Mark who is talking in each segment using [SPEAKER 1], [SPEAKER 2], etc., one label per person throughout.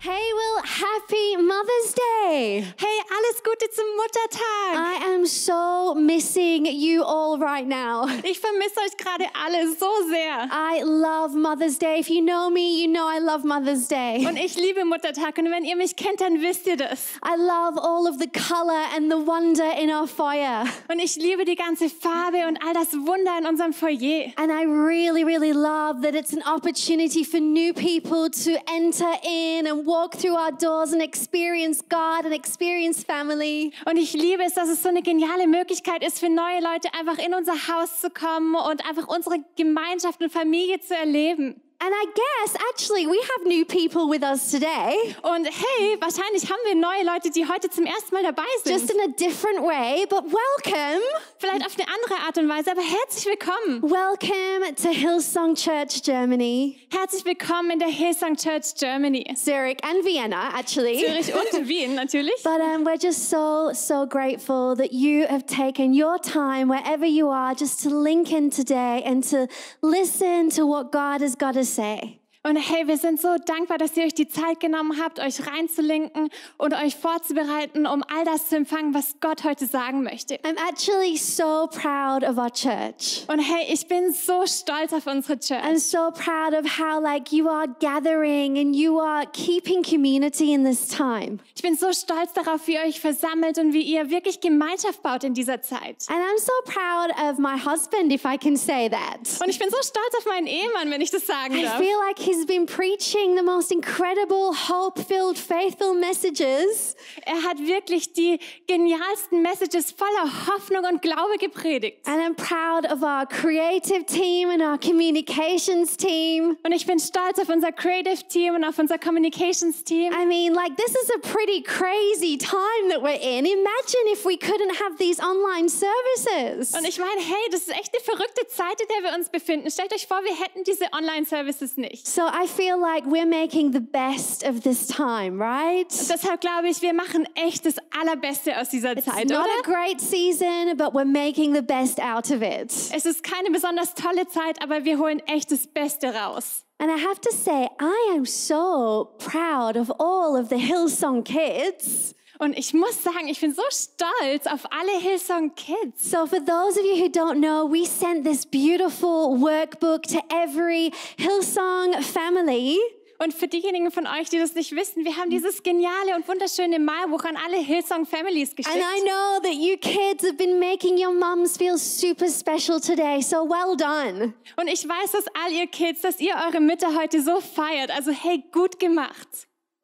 [SPEAKER 1] Hey, Will, happy Mother's Day!
[SPEAKER 2] Hey, alles Gute zum Muttertag.
[SPEAKER 1] I am so missing you all right now.
[SPEAKER 2] Ich vermisse euch gerade alle so sehr.
[SPEAKER 1] I love Mother's Day. If you know me, you know I love Mother's
[SPEAKER 2] Und
[SPEAKER 1] Day.
[SPEAKER 2] ich liebe Muttertag und wenn ihr mich kennt, dann wisst ihr das.
[SPEAKER 1] I love all of the color and the wonder in our foyer.
[SPEAKER 2] Und ich liebe die ganze Farbe und all das Wunder in unserem Foyer.
[SPEAKER 1] And I really, really love that it's an opportunity for new people to enter in and walk through our doors and experience God and experience family.
[SPEAKER 2] Und ich liebe es, dass es so eine geniale Möglichkeit ist für neue Leute einfach in unser Haus zu kommen und einfach unsere Gemeinschaft und Familie zu erleben.
[SPEAKER 1] And I guess actually we have new people with us today.
[SPEAKER 2] Und hey, wahrscheinlich haben wir neue Leute, die heute zum ersten Mal dabei sind.
[SPEAKER 1] just in a different way, but welcome.
[SPEAKER 2] Vielleicht auf eine andere Art und Weise, aber herzlich willkommen.
[SPEAKER 1] Welcome to Hillsong Church Germany,
[SPEAKER 2] Herzlich willkommen in der Hillsong Church Germany.
[SPEAKER 1] Zurich and Vienna, actually.
[SPEAKER 2] Zürich und Wien natürlich.
[SPEAKER 1] But um, we're just so, so grateful that you have taken your time, wherever you are, just to link in today and to listen to what God has got to say.
[SPEAKER 2] Und hey, wir sind so dankbar, dass ihr euch die Zeit genommen habt, euch reinzulinken und euch vorzubereiten, um all das zu empfangen, was Gott heute sagen möchte.
[SPEAKER 1] I'm actually so proud of our church.
[SPEAKER 2] Und hey, ich bin so stolz auf unsere
[SPEAKER 1] I'm
[SPEAKER 2] Church.
[SPEAKER 1] so proud of how, like, you are gathering and you are keeping community in this time.
[SPEAKER 2] Ich bin so stolz darauf, wie ihr euch versammelt und wie ihr wirklich Gemeinschaft baut in dieser Zeit.
[SPEAKER 1] And I'm so proud of my husband, if I can say that.
[SPEAKER 2] Und ich bin so stolz auf meinen Ehemann, wenn ich das sagen
[SPEAKER 1] I
[SPEAKER 2] darf.
[SPEAKER 1] feel like he's been preaching the most incredible, hope filled, faithful messages.
[SPEAKER 2] Er hat wirklich die genialsten Messages voller Hoffnung und Glaube gepredigt.
[SPEAKER 1] And I'm proud of our creative team and our communications team.
[SPEAKER 2] Und ich bin stolz auf unser Creative Team und auf unser Communications Team.
[SPEAKER 1] I mean, like, this is a pretty crazy time that we're in. Imagine if we couldn't have these online services.
[SPEAKER 2] Und ich meine, hey, das ist echt eine verrückte Zeit, in der wir uns befinden. Stellt euch vor, wir hätten diese Online-Services nicht.
[SPEAKER 1] So I feel like we're making the best of this time, right?
[SPEAKER 2] Deshalb glaube ich, wir machen echt das Allerbeste aus dieser Zeit,
[SPEAKER 1] It's not a
[SPEAKER 2] oder?
[SPEAKER 1] great season, but we're making the best out of it.
[SPEAKER 2] Es ist keine besonders tolle Zeit, aber wir holen echt das Beste raus.
[SPEAKER 1] And I have to say, I am so proud of all of the Hillsong kids.
[SPEAKER 2] Und ich muss sagen, ich bin so stolz auf alle Hillsong Kids.
[SPEAKER 1] So, for those of you who don't know, we sent this beautiful workbook to every Hillsong family.
[SPEAKER 2] Und für diejenigen von euch, die das nicht wissen, wir haben dieses geniale und wunderschöne Malbuch an alle Hillsong Families geschickt.
[SPEAKER 1] And I know that you kids have been making your mums feel super special today. So, well done.
[SPEAKER 2] Und ich weiß, dass all ihr Kids, dass ihr eure Mütter heute so feiert. Also hey, gut gemacht.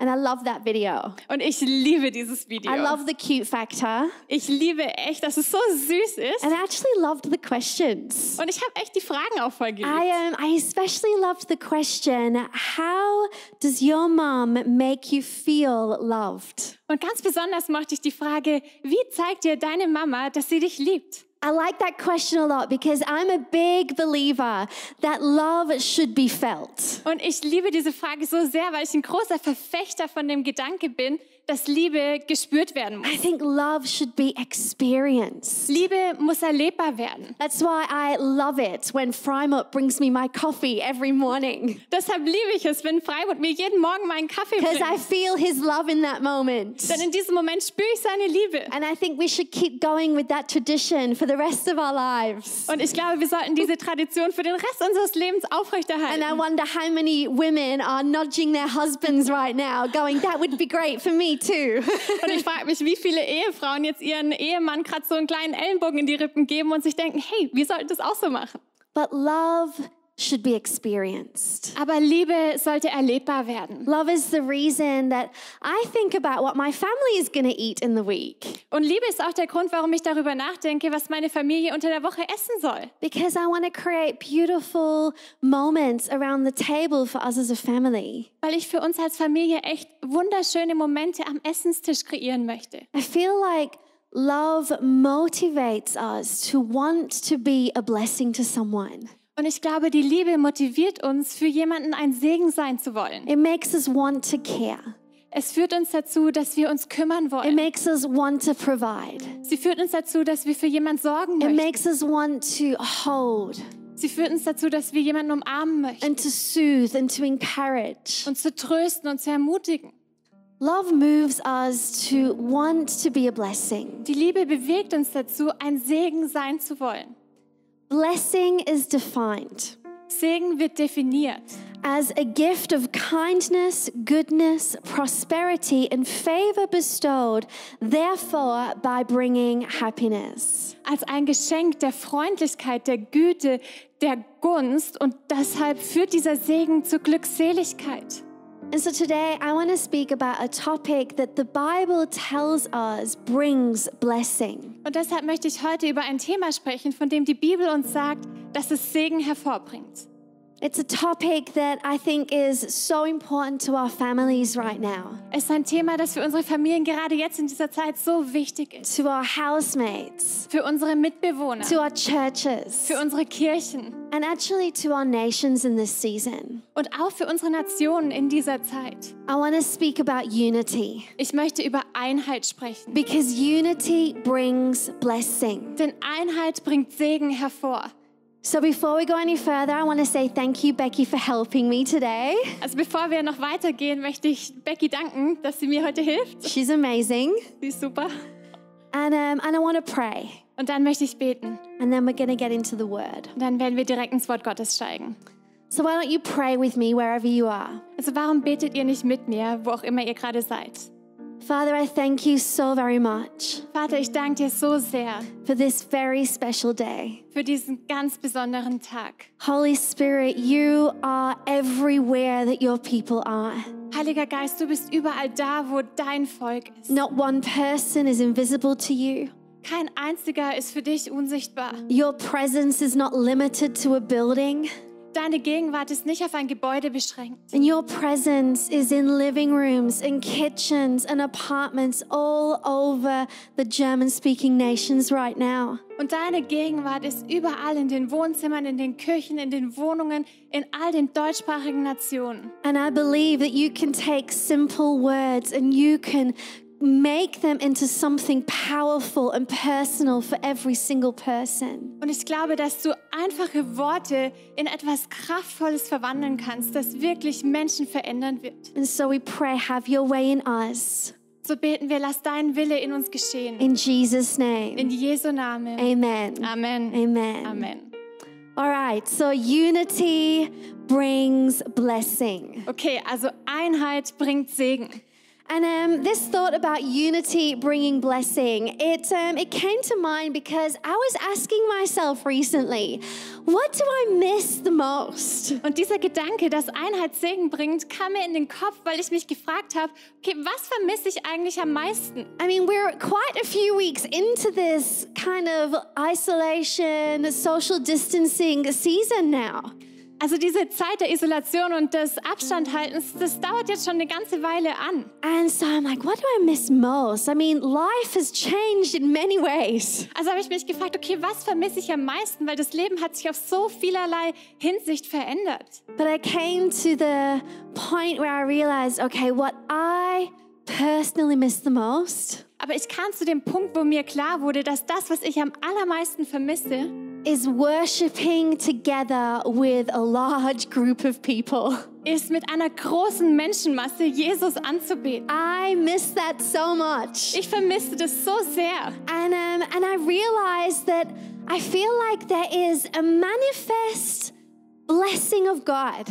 [SPEAKER 1] And I love that video.
[SPEAKER 2] Und ich liebe dieses Video.
[SPEAKER 1] I love the cute factor.
[SPEAKER 2] Ich liebe echt, dass es so süß ist.
[SPEAKER 1] And I actually loved the questions.
[SPEAKER 2] Und ich habe echt die Fragen auch voll geliebt.
[SPEAKER 1] I um, I especially loved the question, how does your mom make you feel loved?
[SPEAKER 2] Und ganz besonders mochte ich die Frage, wie zeigt dir deine Mama, dass sie dich liebt?
[SPEAKER 1] I like that question a lot because I'm a big believer that love should be felt.
[SPEAKER 2] Und ich liebe diese Frage so sehr, weil ich ein großer Verfechter von dem Gedanke bin, dass Liebe gespürt werden muss.
[SPEAKER 1] I think love should be experienced.
[SPEAKER 2] Liebe muss erlebbar werden.
[SPEAKER 1] That's why I love it when Frymup brings me my coffee every morning
[SPEAKER 2] Deshalb liebe ich es, wenn Freimut mir jeden Morgen meinen Kaffee
[SPEAKER 1] because
[SPEAKER 2] bringt.
[SPEAKER 1] I feel his love in that moment.
[SPEAKER 2] Denn in diesem Moment spüre ich seine Liebe.
[SPEAKER 1] And I think we should keep going with that tradition for the rest of our lives.
[SPEAKER 2] Und ich glaube, wir sollten diese Tradition für den Rest unseres Lebens
[SPEAKER 1] And I
[SPEAKER 2] aufrechterhalten.
[SPEAKER 1] wonder how many women are nudging their husbands right now, going, that would be great for me too.
[SPEAKER 2] Und ich frage mich, wie viele Ehefrauen jetzt ihren Ehemann gerade so einen kleinen Ellenbogen in die Rippen geben und sich denken, hey, wir sollten das auch so machen.
[SPEAKER 1] but love should be experienced.
[SPEAKER 2] Aber Liebe sollte erlebbar werden.
[SPEAKER 1] Love is the reason that I think about what my family is going to eat in the week
[SPEAKER 2] Und Liebe ist auch der Grund, warum ich darüber nachdenke, was meine Familie unter der Woche essen soll.
[SPEAKER 1] because I want to create beautiful moments around the table for us as a family.
[SPEAKER 2] Weil ich für uns als Familie echt wunderschöne Momente am Essenstisch kreieren möchte.
[SPEAKER 1] I feel like Love motivates us to want to be a blessing to someone.
[SPEAKER 2] Und ich glaube, die Liebe motiviert uns, für jemanden ein Segen sein zu wollen.
[SPEAKER 1] It makes us want to care.
[SPEAKER 2] Es führt uns dazu, dass wir uns kümmern
[SPEAKER 1] It
[SPEAKER 2] wollen.
[SPEAKER 1] makes us want to provide.
[SPEAKER 2] Sie führt uns dazu, dass wir für jemanden sorgen
[SPEAKER 1] It
[SPEAKER 2] möchten.
[SPEAKER 1] makes us want to hold
[SPEAKER 2] Sie führt uns dazu, dass wir jemanden umarmen möchten,
[SPEAKER 1] and to soothe and to encourage.
[SPEAKER 2] uns zu trösten und zu ermutigen.
[SPEAKER 1] Love moves us to want to be a blessing.
[SPEAKER 2] Die Liebe bewegt uns dazu, ein Segen sein zu wollen.
[SPEAKER 1] Blessing is defined
[SPEAKER 2] Segen wird definiert
[SPEAKER 1] as a gift of kindness, goodness, prosperity, and favor bestowed, therefore, by bringing happiness.
[SPEAKER 2] als ein Geschenk der Freundlichkeit, der Güte, der Gunst und deshalb führt dieser Segen zur Glückseligkeit.
[SPEAKER 1] And so today, I want to speak about a topic that the Bible tells us brings blessing.
[SPEAKER 2] Und deshalb möchte ich heute über ein Thema sprechen, von dem die Bibel uns sagt, dass es Segen hervorbringt.
[SPEAKER 1] It's a topic that I think is so important to our families right now,
[SPEAKER 2] Es ist ein Thema, das für unsere Familien gerade jetzt in dieser Zeit so wichtig ist.
[SPEAKER 1] to our housemates,
[SPEAKER 2] Für unsere Mitbewohner,
[SPEAKER 1] to our churches.
[SPEAKER 2] für unsere Kirchen
[SPEAKER 1] and actually to our nations in this season.
[SPEAKER 2] und auch für unsere Nationen in dieser Zeit.
[SPEAKER 1] I want to speak about unity
[SPEAKER 2] Ich möchte über Einheit sprechen.
[SPEAKER 1] because unity brings blessing.
[SPEAKER 2] Denn Einheit bringt Segen hervor.
[SPEAKER 1] So before we go any further, I want to say thank you, Becky, for helping me today.
[SPEAKER 2] Also bevor wir noch weitergehen, möchte ich Becky danken, dass sie mir heute hilft.
[SPEAKER 1] She's amazing.
[SPEAKER 2] Sie ist super.
[SPEAKER 1] And, um, and I want to pray.
[SPEAKER 2] Und dann möchte ich beten.
[SPEAKER 1] And then we're going to get into the word.
[SPEAKER 2] Und dann werden wir direkt ins Wort Gottes steigen.
[SPEAKER 1] So why don't you pray with me wherever you are?
[SPEAKER 2] Also warum betet ihr nicht mit mir, wo auch immer ihr gerade seid?
[SPEAKER 1] Father, I thank you so very much
[SPEAKER 2] Vater, ich danke dir so sehr
[SPEAKER 1] for this very special day.
[SPEAKER 2] für diesen ganz besonderen Tag.
[SPEAKER 1] Holy Spirit, you are everywhere that your people are.
[SPEAKER 2] Heiliger Geist, du bist überall da, wo dein Volk ist.
[SPEAKER 1] Not one person is invisible to you.
[SPEAKER 2] Kein einziger ist für dich unsichtbar.
[SPEAKER 1] Your presence is not limited to a building,
[SPEAKER 2] Deine Gegenwart ist nicht auf ein Gebäude beschränkt.
[SPEAKER 1] and your presence is in living rooms, in kitchens, and apartments all over the German speaking nations right now.
[SPEAKER 2] Und deine Gegenwart ist überall in den Wohnzimmern, in den Kirchen, in den Wohnungen, in all den deutschsprachigen Nationen.
[SPEAKER 1] And I believe that you can take simple words and you can make them into something powerful and personal for every single person.
[SPEAKER 2] Und ich glaube, dass du einfache Worte in etwas Kraftvolles verwandeln kannst, das wirklich Menschen verändern wird.
[SPEAKER 1] And so we pray, have your way in us.
[SPEAKER 2] So beten wir, lass deinen Wille in uns geschehen.
[SPEAKER 1] In Jesus' name.
[SPEAKER 2] In Jesu Namen.
[SPEAKER 1] Amen.
[SPEAKER 2] Amen.
[SPEAKER 1] Amen.
[SPEAKER 2] Amen.
[SPEAKER 1] All right, so unity brings blessing.
[SPEAKER 2] Okay, also Einheit bringt Segen.
[SPEAKER 1] And um, this thought about unity bringing blessing, it, um, it came to mind because I was asking myself recently, what do I miss the most?
[SPEAKER 2] Und dieser Gedanke, dass Einheit Segen bringt, kam mir in den Kopf, weil ich mich gefragt habe, okay, was vermisse ich eigentlich am meisten?
[SPEAKER 1] I mean, we're quite a few weeks into this kind of isolation, social distancing season now.
[SPEAKER 2] Also diese Zeit der Isolation und des Abstandhaltens, das dauert jetzt schon eine ganze Weile an.
[SPEAKER 1] And so I'm like, what do I miss most? I mean, life has changed in many ways.
[SPEAKER 2] Also habe ich mich gefragt, okay, was vermisse ich am meisten? Weil das Leben hat sich auf so vielerlei Hinsicht verändert.
[SPEAKER 1] But I came to the point where I realized okay, what I personally miss the most
[SPEAKER 2] Aber ich kam zu dem Punkt, wo mir klar wurde, dass das, was ich am allermeisten vermisse,
[SPEAKER 1] is worshiping together with a large group of people.
[SPEAKER 2] ist mit einer großen Menschenmasse Jesus anzubeten.
[SPEAKER 1] I miss that so much.
[SPEAKER 2] Ich vermisse das so sehr.
[SPEAKER 1] And, um, and I realized that I feel like there is a manifest blessing of God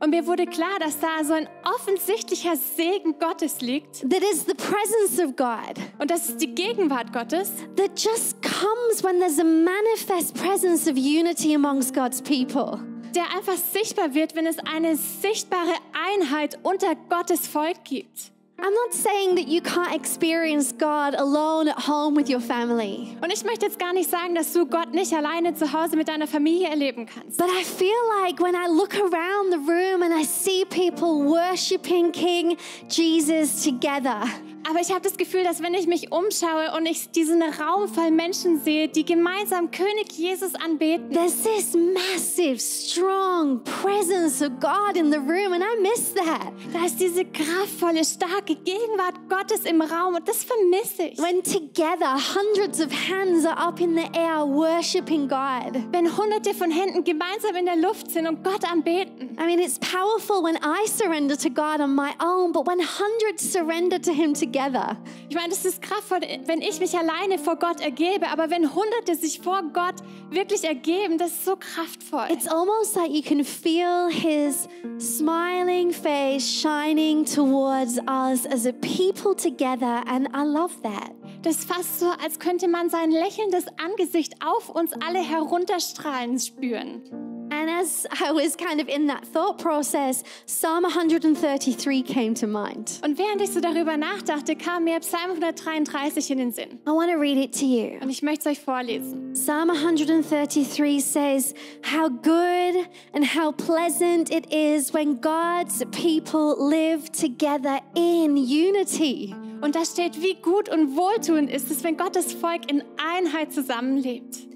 [SPEAKER 2] Und mir wurde klar, dass da so ein offensichtlicher Segen Gottes liegt
[SPEAKER 1] that is the presence of God
[SPEAKER 2] und das ist die Gegenwart Gottes,
[SPEAKER 1] that just comes when there's a manifest presence of unity amongst God's people.
[SPEAKER 2] der einfach sichtbar wird, wenn es eine sichtbare Einheit unter Gottes Volk gibt.
[SPEAKER 1] I'm not saying that you can't experience God alone at home with your family,
[SPEAKER 2] Und ich möchte jetzt gar nicht sagen, dass du Gott nicht alleine zu Hause mit deiner Familie erleben kannst.
[SPEAKER 1] but I feel like when I look around the room and I see people worshiping King Jesus together,
[SPEAKER 2] Aber ich habe das Gefühl, dass wenn ich mich umschaue und ich diesen Raum voll Menschen sehe, die gemeinsam König Jesus anbeten,
[SPEAKER 1] There's this massive, strong presence of God in the room, and I miss that.
[SPEAKER 2] da ist diese kraftvolle, starke Gegenwart Gottes im Raum und das vermisse ich.
[SPEAKER 1] When together, hundreds of hands are up in the air worshiping God.
[SPEAKER 2] Wenn hunderte von Händen gemeinsam in der Luft sind und Gott anbeten.
[SPEAKER 1] I mean, it's powerful when I surrender to God on my own, but when hundreds surrender to Him together.
[SPEAKER 2] Ich meine, das ist kraftvoll, wenn ich mich alleine vor Gott ergebe, aber wenn hunderte sich vor Gott wirklich ergeben, das ist so kraftvoll.
[SPEAKER 1] It's almost like you can feel his smiling face shining towards us as a people together, and I love that.
[SPEAKER 2] Das ist fast so, als könnte man sein lächelndes Angesicht auf uns alle herunterstrahlen spüren.
[SPEAKER 1] And as I was kind of in that thought process, Psalm 133 came to mind.
[SPEAKER 2] Und während ich so darüber nachdachte, kam mir Psalm 133 in den Sinn.
[SPEAKER 1] I want to read it to you.
[SPEAKER 2] Und ich möchte es euch vorlesen.
[SPEAKER 1] Psalm 133 says, How good and how pleasant it is when God's people live together in unity.
[SPEAKER 2] Und da steht, wie gut und wohltuend ist es, wenn Gottes Volk in Einheit zusammenlebt.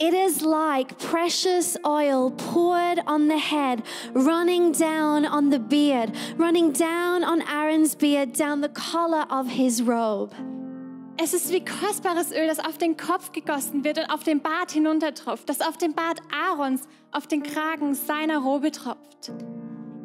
[SPEAKER 1] It is like precious oil poured on the head, running down on the beard, running down on Aaron's beard, down the collar of his robe.
[SPEAKER 2] Es ist wie kostbares Öl, das auf den Kopf gegossen wird und auf den Bart hinuntertropft, das auf den Bart Aarons, auf den Kragen seiner Robe tropft.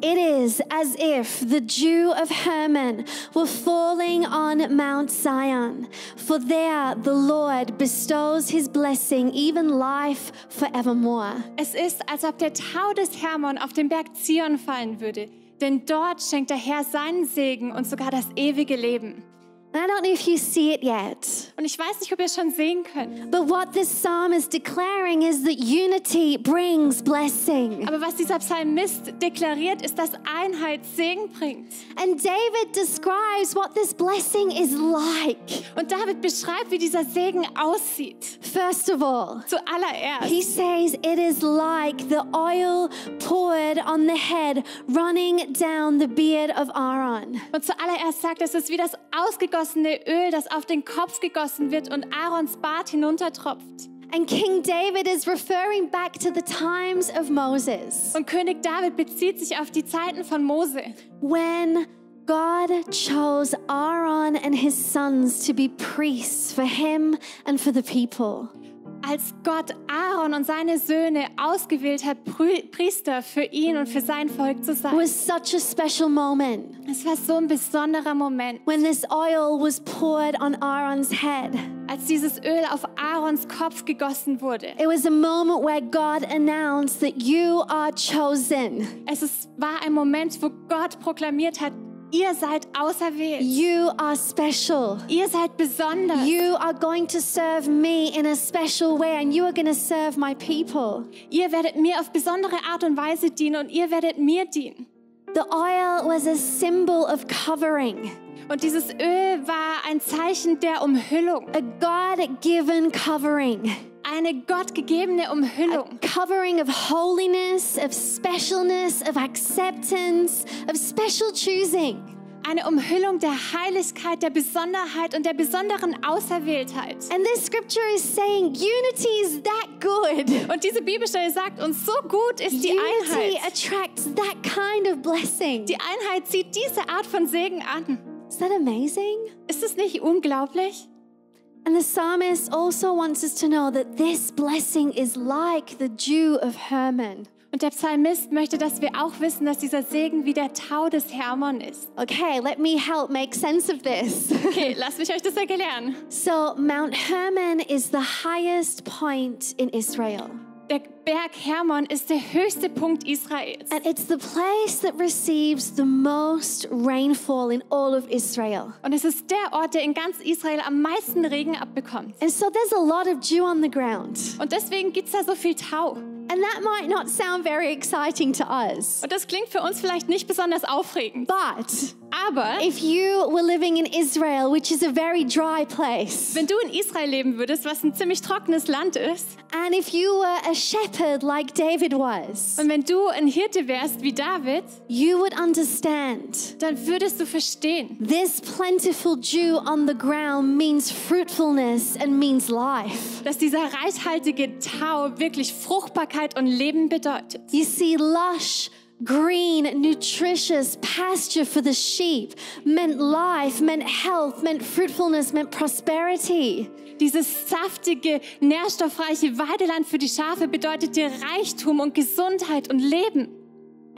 [SPEAKER 1] It is as if the dew of Hermon were falling on Mount Zion, for there the Lord bestows his blessing, even life forevermore.
[SPEAKER 2] Es ist, als ob der Tau des Hermon auf den Berg Zion fallen würde, denn dort schenkt der Herr seinen Segen und sogar das ewige Leben.
[SPEAKER 1] And I don't know if you see it yet.
[SPEAKER 2] Und ich weiß nicht, ob ihr schon sehen könnt,
[SPEAKER 1] But what this psalm is declaring is that unity brings blessing.
[SPEAKER 2] aber was dieser Psalmist deklariert, ist, dass Einheit Segen bringt.
[SPEAKER 1] And David describes what this blessing is like.
[SPEAKER 2] Und David beschreibt, wie dieser Segen aussieht.
[SPEAKER 1] First of all,
[SPEAKER 2] Zuallererst.
[SPEAKER 1] he says it is like the oil poured on the head running down the beard of Aaron.
[SPEAKER 2] Und zuallererst sagt, er, es ist wie das ausgegossene Öl, das auf den Kopf gegossen wird und Aarons Bart hinuntertropft.
[SPEAKER 1] And King David is referring back to the times of Moses
[SPEAKER 2] Und König David bezieht sich auf die Zeiten von Mose,
[SPEAKER 1] when God chose Aaron and his sons to be priests for him and for the people.
[SPEAKER 2] als Gott Aaron und seine Söhne ausgewählt hat, Prü- Priester für ihn und für sein Volk zu sein.
[SPEAKER 1] was such a special moment
[SPEAKER 2] Es war so ein besonderer Moment,
[SPEAKER 1] when this oil was poured on Aaron's head.
[SPEAKER 2] als dieses Öl auf Aarons Kopf gegossen wurde.
[SPEAKER 1] It was a moment where God announced that you are chosen,
[SPEAKER 2] Es ist, war ein Moment, wo Gott proklamiert hat, ihr seid auserwählt,
[SPEAKER 1] you are special.
[SPEAKER 2] ihr seid besonders.
[SPEAKER 1] You are going to serve me in a special way, and you are going to serve my people.
[SPEAKER 2] Ihr werdet mir auf besondere Art und Weise dienen und ihr werdet mir dienen.
[SPEAKER 1] The oil was a symbol of covering,
[SPEAKER 2] Und dieses Öl war ein Zeichen der Umhüllung,
[SPEAKER 1] a God given covering,
[SPEAKER 2] eine gottgegebene Umhüllung.
[SPEAKER 1] covering of holiness, of specialness, of acceptance, of special choosing.
[SPEAKER 2] Eine Umhüllung der Heiligkeit, der Besonderheit und der besonderen Auserwähltheit.
[SPEAKER 1] And this scripture is saying unity is that good.
[SPEAKER 2] Und diese Bibelstelle sagt uns, so gut ist die
[SPEAKER 1] Unity
[SPEAKER 2] Einheit.
[SPEAKER 1] attracts that kind of blessing.
[SPEAKER 2] Die Einheit zieht diese Art von Segen an.
[SPEAKER 1] Is that amazing?
[SPEAKER 2] Ist es nicht unglaublich?
[SPEAKER 1] And the psalmist also wants us to know that this blessing is like the dew of Hermon.
[SPEAKER 2] Und der Psalmist möchte, dass wir auch wissen, dass dieser Segen wie der Tau des Hermon ist.
[SPEAKER 1] Okay, let me help make sense of this.
[SPEAKER 2] Okay, lasst mich euch das erklären.
[SPEAKER 1] so, Mount Hermon is the highest point in Israel,
[SPEAKER 2] Der Berg Hermon ist der höchste Punkt Israels.
[SPEAKER 1] and it's the place that receives the most rainfall in all of Israel.
[SPEAKER 2] Und es ist der Ort, der in ganz Israel am meisten Regen abbekommt.
[SPEAKER 1] And so, there's a lot of dew on the ground.
[SPEAKER 2] Und deswegen gibt es da so viel Tau. Und
[SPEAKER 1] And that might not sound very exciting to us,
[SPEAKER 2] das klingt für uns vielleicht nicht besonders aufregend.
[SPEAKER 1] but
[SPEAKER 2] Aber
[SPEAKER 1] If you were living in Israel, which is a very dry place,
[SPEAKER 2] wenn du in Israel leben würdest, was ein ziemlich trockenes Land ist,
[SPEAKER 1] and if you were a shepherd like David was,
[SPEAKER 2] und wenn du ein Hirte wärst wie David,
[SPEAKER 1] you would understand.
[SPEAKER 2] dann würdest du verstehen,
[SPEAKER 1] This plentiful dew on the ground means fruitfulness and means life.
[SPEAKER 2] dass dieser reichhaltige Tau wirklich Fruchtbarkeit und Leben bedeutet.
[SPEAKER 1] You see, lush, green, nutritious pasture for the sheep meant life, meant health, meant fruitfulness, meant prosperity.
[SPEAKER 2] Dieses saftige, nährstoffreiche Weideland für die Schafe bedeutet dir Reichtum und Gesundheit und Leben.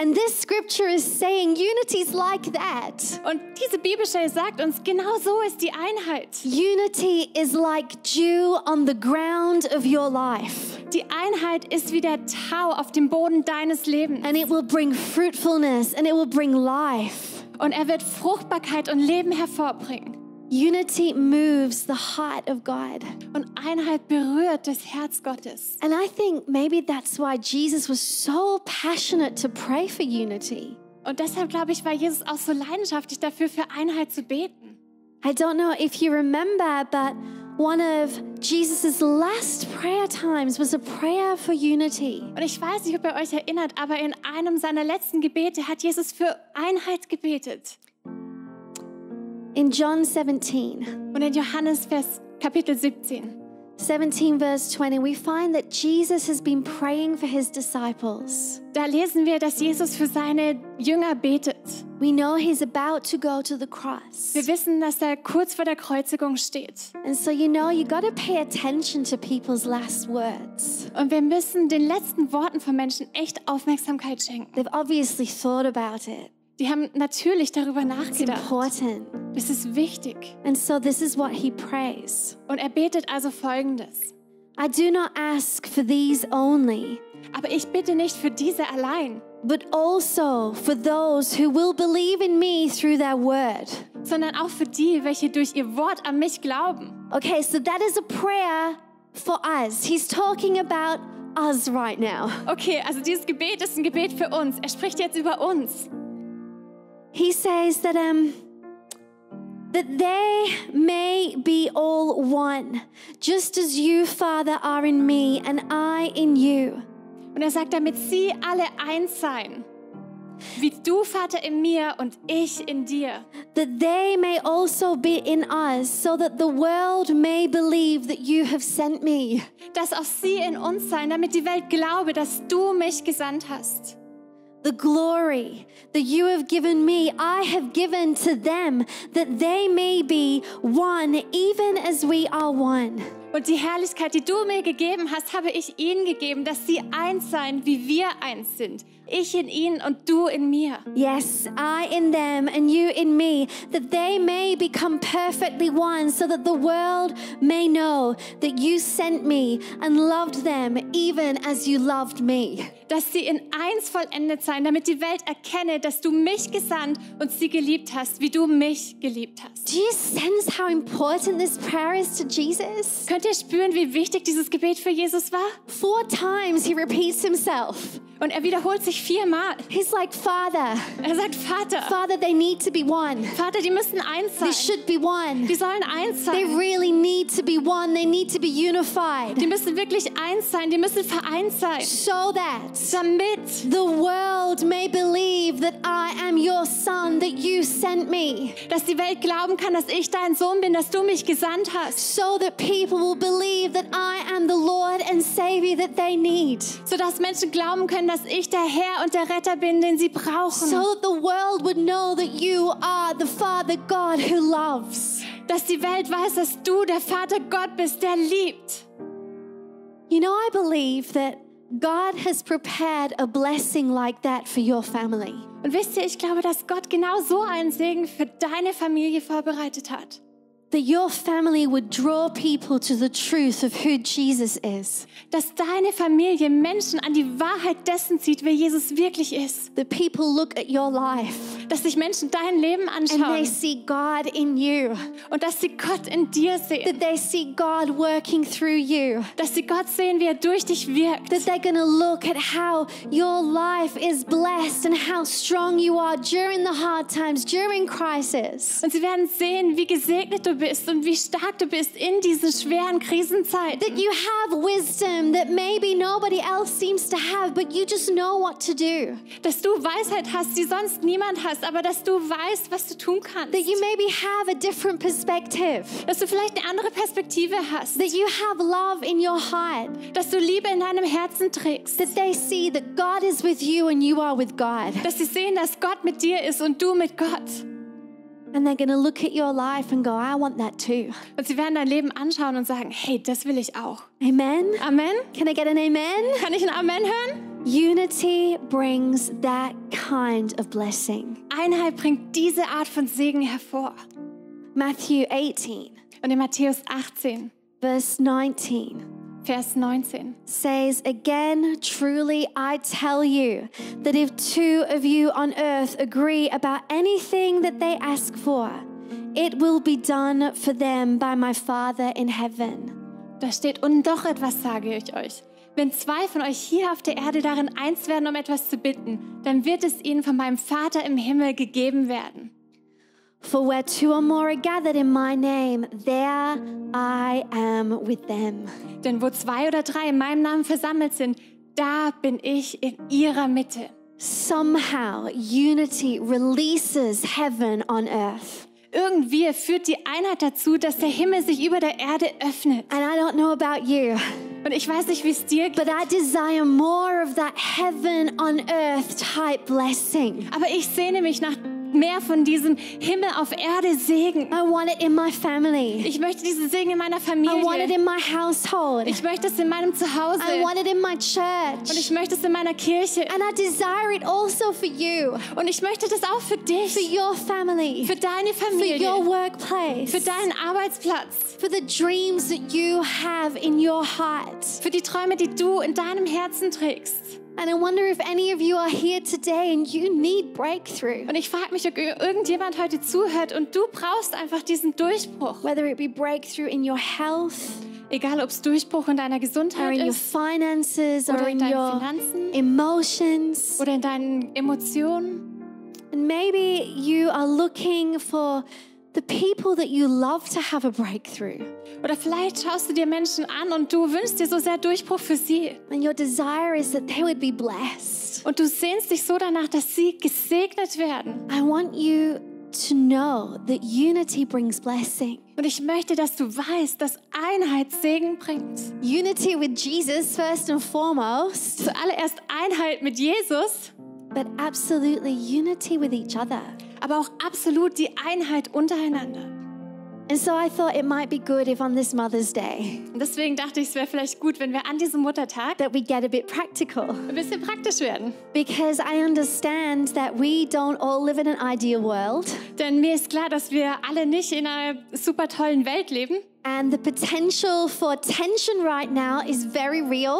[SPEAKER 1] And this scripture is saying unity's like that.
[SPEAKER 2] Und diese Bibelstelle sagt uns, genau so ist die Einheit.
[SPEAKER 1] Unity is like dew on the ground of your life,
[SPEAKER 2] Die Einheit ist wie der Tau auf dem Boden deines Lebens.
[SPEAKER 1] and it will bring fruitfulness and it will bring life.
[SPEAKER 2] Und er wird Fruchtbarkeit und Leben hervorbringen.
[SPEAKER 1] Unity moves the heart of God.
[SPEAKER 2] Und Einheit berührt das Herz Gottes.
[SPEAKER 1] And I think maybe that's why Jesus was so passionate to pray for unity.
[SPEAKER 2] Und deshalb, glaube ich, war Jesus auch so leidenschaftlich dafür, für Einheit zu beten.
[SPEAKER 1] I don't know if you remember, but one of Jesus' last prayer times was a prayer for unity.
[SPEAKER 2] Und ich weiß nicht, ob ihr euch erinnert, aber in einem seiner letzten Gebete hat Jesus für Einheit gebetet.
[SPEAKER 1] In John 17,
[SPEAKER 2] Und in Johannes Vers Kapitel 17,
[SPEAKER 1] 17 verse 20, we find that Jesus has been praying for his disciples.
[SPEAKER 2] da lesen wir, dass Jesus für seine Jünger betet.
[SPEAKER 1] We know he's about to go to the cross.
[SPEAKER 2] Wir wissen, dass er kurz vor der Kreuzigung steht.
[SPEAKER 1] And so, you know, you got to pay attention to people's last words.
[SPEAKER 2] Und wir müssen den letzten Worten von Menschen echt Aufmerksamkeit schenken.
[SPEAKER 1] They've obviously thought about it,
[SPEAKER 2] Die haben natürlich darüber
[SPEAKER 1] it's
[SPEAKER 2] nachgedacht.
[SPEAKER 1] important.
[SPEAKER 2] Das ist wichtig.
[SPEAKER 1] And so this is what he prays
[SPEAKER 2] Und er betet also folgendes.
[SPEAKER 1] I do not ask for these only,
[SPEAKER 2] Aber ich bitte nicht für diese allein,
[SPEAKER 1] but also for those who will believe in me through their word.
[SPEAKER 2] sondern auch für die, welche durch ihr Wort an mich glauben.
[SPEAKER 1] Okay, so that is a prayer for us. He's talking about us right now.
[SPEAKER 2] Okay, also dieses Gebet ist ein Gebet für uns. Er spricht jetzt über uns.
[SPEAKER 1] He says that um that they may be all one, just as you, Father, are in me and I in you.
[SPEAKER 2] Und er sagt, damit sie alle eins seien. Wie du, Vater, in mir und ich in dir.
[SPEAKER 1] that they may also be in us, so that the world may believe that you have sent me.
[SPEAKER 2] Dass auch sie in uns seien, damit die Welt glaube, dass du mich gesandt hast.
[SPEAKER 1] The glory that you have given me, I have given to them, that they may be one, even as we are one.
[SPEAKER 2] Und die Herrlichkeit, die du mir gegeben hast, habe ich ihnen gegeben, dass sie eins seien, wie wir eins sind. Ich in ihnen und du in mir.
[SPEAKER 1] Yes, I in them and you in me, that they may become perfectly one, so that the world may know that you sent me and loved them even as you loved me.
[SPEAKER 2] Dass sie in eins vollendet seien, damit die Welt erkenne, dass du mich gesandt und sie geliebt hast, wie du mich geliebt hast.
[SPEAKER 1] Do you sense how important this prayer is to Jesus?
[SPEAKER 2] Könnt ihr spüren, wie wichtig dieses Gebet für Jesus war?
[SPEAKER 1] Four times he repeats himself.
[SPEAKER 2] Und er wiederholt sich viermal.
[SPEAKER 1] He's like, Father,
[SPEAKER 2] Er sagt, Vater,
[SPEAKER 1] Father, they need to be one.
[SPEAKER 2] Vater, die müssen eins
[SPEAKER 1] They
[SPEAKER 2] sein.
[SPEAKER 1] should be one.
[SPEAKER 2] Die sollen eins
[SPEAKER 1] They
[SPEAKER 2] sein.
[SPEAKER 1] really need to be one. They need to be unified
[SPEAKER 2] Die müssen wirklich eins sein. Die müssen vereint sein.
[SPEAKER 1] so that
[SPEAKER 2] Damit,
[SPEAKER 1] the world may believe that I am your son, that you sent me.
[SPEAKER 2] dass die Welt glauben kann, dass ich dein Sohn bin, dass du mich gesandt hast.
[SPEAKER 1] So that people will believe that I am the Lord and Savior that they need.
[SPEAKER 2] Sodass Menschen glauben können, dass ich der Herr und der Retter bin, den sie brauchen.
[SPEAKER 1] So that the world would know that you are the Father God who loves.
[SPEAKER 2] Dass die Welt weiß, dass du der Vater Gott bist, der liebt.
[SPEAKER 1] You know, I believe that God has prepared a blessing like that for your family.
[SPEAKER 2] Und wisst ihr, ich glaube, dass Gott genau so einen Segen für deine Familie vorbereitet hat.
[SPEAKER 1] That your family would draw people to the truth of who Jesus is.
[SPEAKER 2] Dass deine Familie Menschen an die Wahrheit dessen zieht, wer Jesus wirklich ist.
[SPEAKER 1] That people look at your life
[SPEAKER 2] dass sich Menschen dein Leben
[SPEAKER 1] and they
[SPEAKER 2] anschauen
[SPEAKER 1] see God in you,
[SPEAKER 2] und dass sie Gott in dir sehen,
[SPEAKER 1] that they see God working through you,
[SPEAKER 2] dass sie Gott sehen, wie er durch dich wirkt,
[SPEAKER 1] that they're going to look at how your life is blessed and how strong you are during the hard times, during crisis.
[SPEAKER 2] und sie werden sehen, wie gesegnet du bist und wie stark du bist in diesen schweren Krisenzeiten,
[SPEAKER 1] That you have wisdom that maybe nobody else seems to have, but you just know what to do.
[SPEAKER 2] dass du Weisheit hast, die sonst niemand hast, aber dass du weißt, was du tun kannst,
[SPEAKER 1] That you maybe have a different perspective.
[SPEAKER 2] dass du vielleicht eine andere Perspektive hast,
[SPEAKER 1] That you have love in your heart.
[SPEAKER 2] dass du Liebe in deinem Herzen trägst,
[SPEAKER 1] That they see that God is with you and you are with God.
[SPEAKER 2] dass sie sehen, dass Gott mit dir ist und du mit Gott.
[SPEAKER 1] And they're going to look at your life and go, I want that too.
[SPEAKER 2] Und sie werden dein Leben anschauen und sagen, hey, das will ich auch.
[SPEAKER 1] Amen.
[SPEAKER 2] Amen?
[SPEAKER 1] Can I get an amen?
[SPEAKER 2] Kann ich ein Amen hören?
[SPEAKER 1] Unity brings that kind of blessing.
[SPEAKER 2] Einheit bringt diese Art von Segen hervor.
[SPEAKER 1] Matthew 18,
[SPEAKER 2] Und in Matthäus 18,
[SPEAKER 1] verse 19
[SPEAKER 2] Vers 19.
[SPEAKER 1] says, Again, truly I tell you that if two of you on earth agree about anything that they ask for, it will be done for them by my Father in heaven.
[SPEAKER 2] Da steht, und doch etwas sage ich euch. Wenn zwei von euch hier auf der Erde darin eins werden, um etwas zu bitten, dann wird es ihnen von meinem Vater im Himmel gegeben werden.
[SPEAKER 1] For where two or more are gathered in my name, there I am with them.
[SPEAKER 2] Denn wo zwei oder drei in meinem Namen versammelt sind, da bin ich in ihrer Mitte.
[SPEAKER 1] Somehow, unity releases heaven on earth.
[SPEAKER 2] Irgendwie führt die Einheit dazu, dass der Himmel sich über der Erde öffnet.
[SPEAKER 1] And I don't know about you,
[SPEAKER 2] Und ich weiß nicht, wie es dir geht,
[SPEAKER 1] but I desire more of that heaven on earth type blessing.
[SPEAKER 2] aber ich sehne mich nach mehr von diesem Himmel auf Erde Segen.
[SPEAKER 1] I want it in my family.
[SPEAKER 2] Ich möchte diesen Segen in meiner
[SPEAKER 1] I want it
[SPEAKER 2] Familie.
[SPEAKER 1] in my household.
[SPEAKER 2] Ich möchte es in meinem Zuhause.
[SPEAKER 1] I want it in my
[SPEAKER 2] Und ich
[SPEAKER 1] church.
[SPEAKER 2] möchte es in meiner Kirche.
[SPEAKER 1] And I desire it also for you,
[SPEAKER 2] Und ich möchte das auch für
[SPEAKER 1] for
[SPEAKER 2] dich,
[SPEAKER 1] your family,
[SPEAKER 2] für deine
[SPEAKER 1] for your
[SPEAKER 2] Familie,
[SPEAKER 1] workplace,
[SPEAKER 2] für deinen Arbeitsplatz,
[SPEAKER 1] for the dreams that you have in your heart.
[SPEAKER 2] für die Träume, die du in deinem Herzen trägst.
[SPEAKER 1] And I wonder if any of you are here today and you need breakthrough.
[SPEAKER 2] Und ich frage mich, ob irgendjemand heute zuhört und du brauchst einfach diesen Durchbruch.
[SPEAKER 1] Whether it be breakthrough in your health,
[SPEAKER 2] Egal, ob es Durchbruch in deiner
[SPEAKER 1] or
[SPEAKER 2] Gesundheit
[SPEAKER 1] in your
[SPEAKER 2] ist
[SPEAKER 1] finances, or
[SPEAKER 2] oder
[SPEAKER 1] in
[SPEAKER 2] in deinen
[SPEAKER 1] your
[SPEAKER 2] Finanzen
[SPEAKER 1] emotions.
[SPEAKER 2] oder in deinen Emotionen.
[SPEAKER 1] And maybe you are looking for the people that you love to have a breakthrough.
[SPEAKER 2] Oder vielleicht schaust du dir Menschen an und du wünschst dir so sehr Durchbruch für sie.
[SPEAKER 1] And your desire is that they would be blessed.
[SPEAKER 2] Und du sehnst dich so danach, dass sie gesegnet werden.
[SPEAKER 1] I want you to know that unity brings blessing.
[SPEAKER 2] Und ich möchte, dass du weißt, dass Einheit Segen bringt.
[SPEAKER 1] Unity with Jesus, first and foremost.
[SPEAKER 2] Zuallererst Einheit mit Jesus,
[SPEAKER 1] but absolutely unity with each other.
[SPEAKER 2] aber auch absolut die Einheit untereinander.
[SPEAKER 1] And so I thought it might be good if on this Mother's Day
[SPEAKER 2] Und deswegen dachte ich, es wäre vielleicht gut, wenn wir an diesem Muttertag
[SPEAKER 1] that we get a bit practical
[SPEAKER 2] ein bisschen praktisch werden.
[SPEAKER 1] because I understand that we don't all live in an ideal world
[SPEAKER 2] Denn mir ist klar, dass wir alle nicht in einer super tollen Welt leben.
[SPEAKER 1] and the potential for tension right now is very real.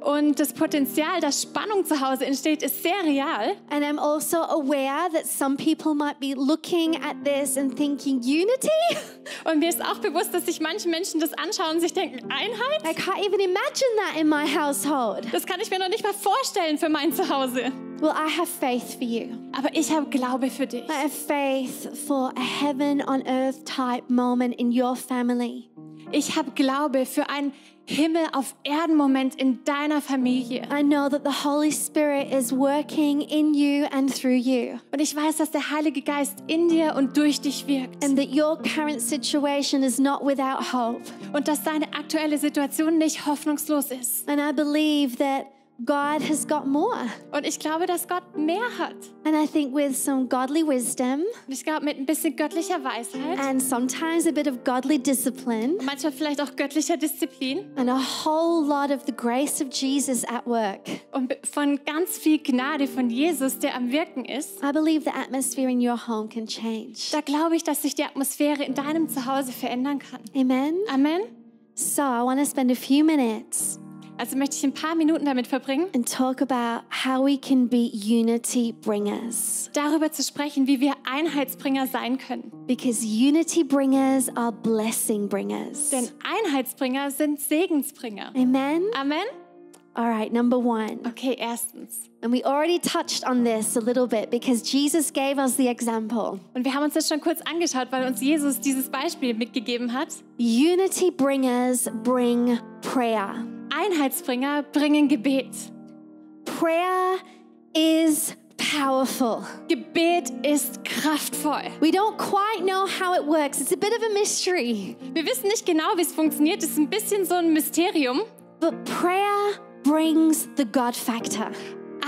[SPEAKER 2] Und das Potenzial, dass Spannung zu Hause entsteht, ist sehr real.
[SPEAKER 1] And I'm also aware that some people might be looking at this and thinking, unity?
[SPEAKER 2] Und mir ist auch bewusst, dass sich manche Menschen das anschauen und sich denken,
[SPEAKER 1] I
[SPEAKER 2] Einheit?
[SPEAKER 1] can't even imagine that in my household.
[SPEAKER 2] Das kann ich mir noch nicht mal vorstellen für mein Zuhause.
[SPEAKER 1] Well, I have faith for you.
[SPEAKER 2] Aber ich habe Glaube für dich.
[SPEAKER 1] I have faith for a heaven on earth type moment in your family.
[SPEAKER 2] Ich habe Glaube für einen Himmel auf Erden Moment in deiner Familie.
[SPEAKER 1] I know that the Holy Spirit is working in you and through you,
[SPEAKER 2] Und ich weiß, dass der Heilige Geist in dir und durch dich wirkt.
[SPEAKER 1] and that your current situation is not without hope.
[SPEAKER 2] Und dass deine aktuelle Situation nicht hoffnungslos ist.
[SPEAKER 1] And I believe that God has got more.
[SPEAKER 2] Und ich glaube, dass Gott mehr hat.
[SPEAKER 1] And I think with some godly wisdom
[SPEAKER 2] Und ich glaube, mit ein bisschen göttlicher Weisheit,
[SPEAKER 1] and sometimes a bit of godly discipline
[SPEAKER 2] manchmal vielleicht auch göttlicher Disziplin
[SPEAKER 1] and a whole lot of the grace of Jesus at work,
[SPEAKER 2] und von ganz viel Gnade von Jesus, der am Wirken ist,
[SPEAKER 1] I believe the atmosphere in your home can change.
[SPEAKER 2] da glaube ich, dass sich die Atmosphäre in deinem Zuhause verändern kann.
[SPEAKER 1] Amen.
[SPEAKER 2] Amen.
[SPEAKER 1] So, I want to spend a few minutes
[SPEAKER 2] Also möchte ich ein paar Minuten damit verbringen,
[SPEAKER 1] and talk about how we can be unity bringers.
[SPEAKER 2] darüber zu sprechen, wie wir Einheitsbringer sein können.
[SPEAKER 1] Because unity bringers are blessing bringers.
[SPEAKER 2] Denn Einheitsbringer sind Segensbringer.
[SPEAKER 1] Amen?
[SPEAKER 2] Amen?
[SPEAKER 1] All right, number one.
[SPEAKER 2] Okay, erstens.
[SPEAKER 1] And we already touched on this a little bit because Jesus gave us the example.
[SPEAKER 2] Und wir haben uns das schon kurz angeschaut, weil uns Jesus dieses Beispiel mitgegeben hat.
[SPEAKER 1] Unity bringers bring prayer.
[SPEAKER 2] Einheitsbringer bringen Gebet.
[SPEAKER 1] Prayer is powerful.
[SPEAKER 2] Gebet ist kraftvoll.
[SPEAKER 1] We don't quite know how it works, it's a bit of a mystery.
[SPEAKER 2] Wir wissen nicht genau, wie es funktioniert. Das ist ein bisschen so ein Mysterium.
[SPEAKER 1] But prayer brings the God factor.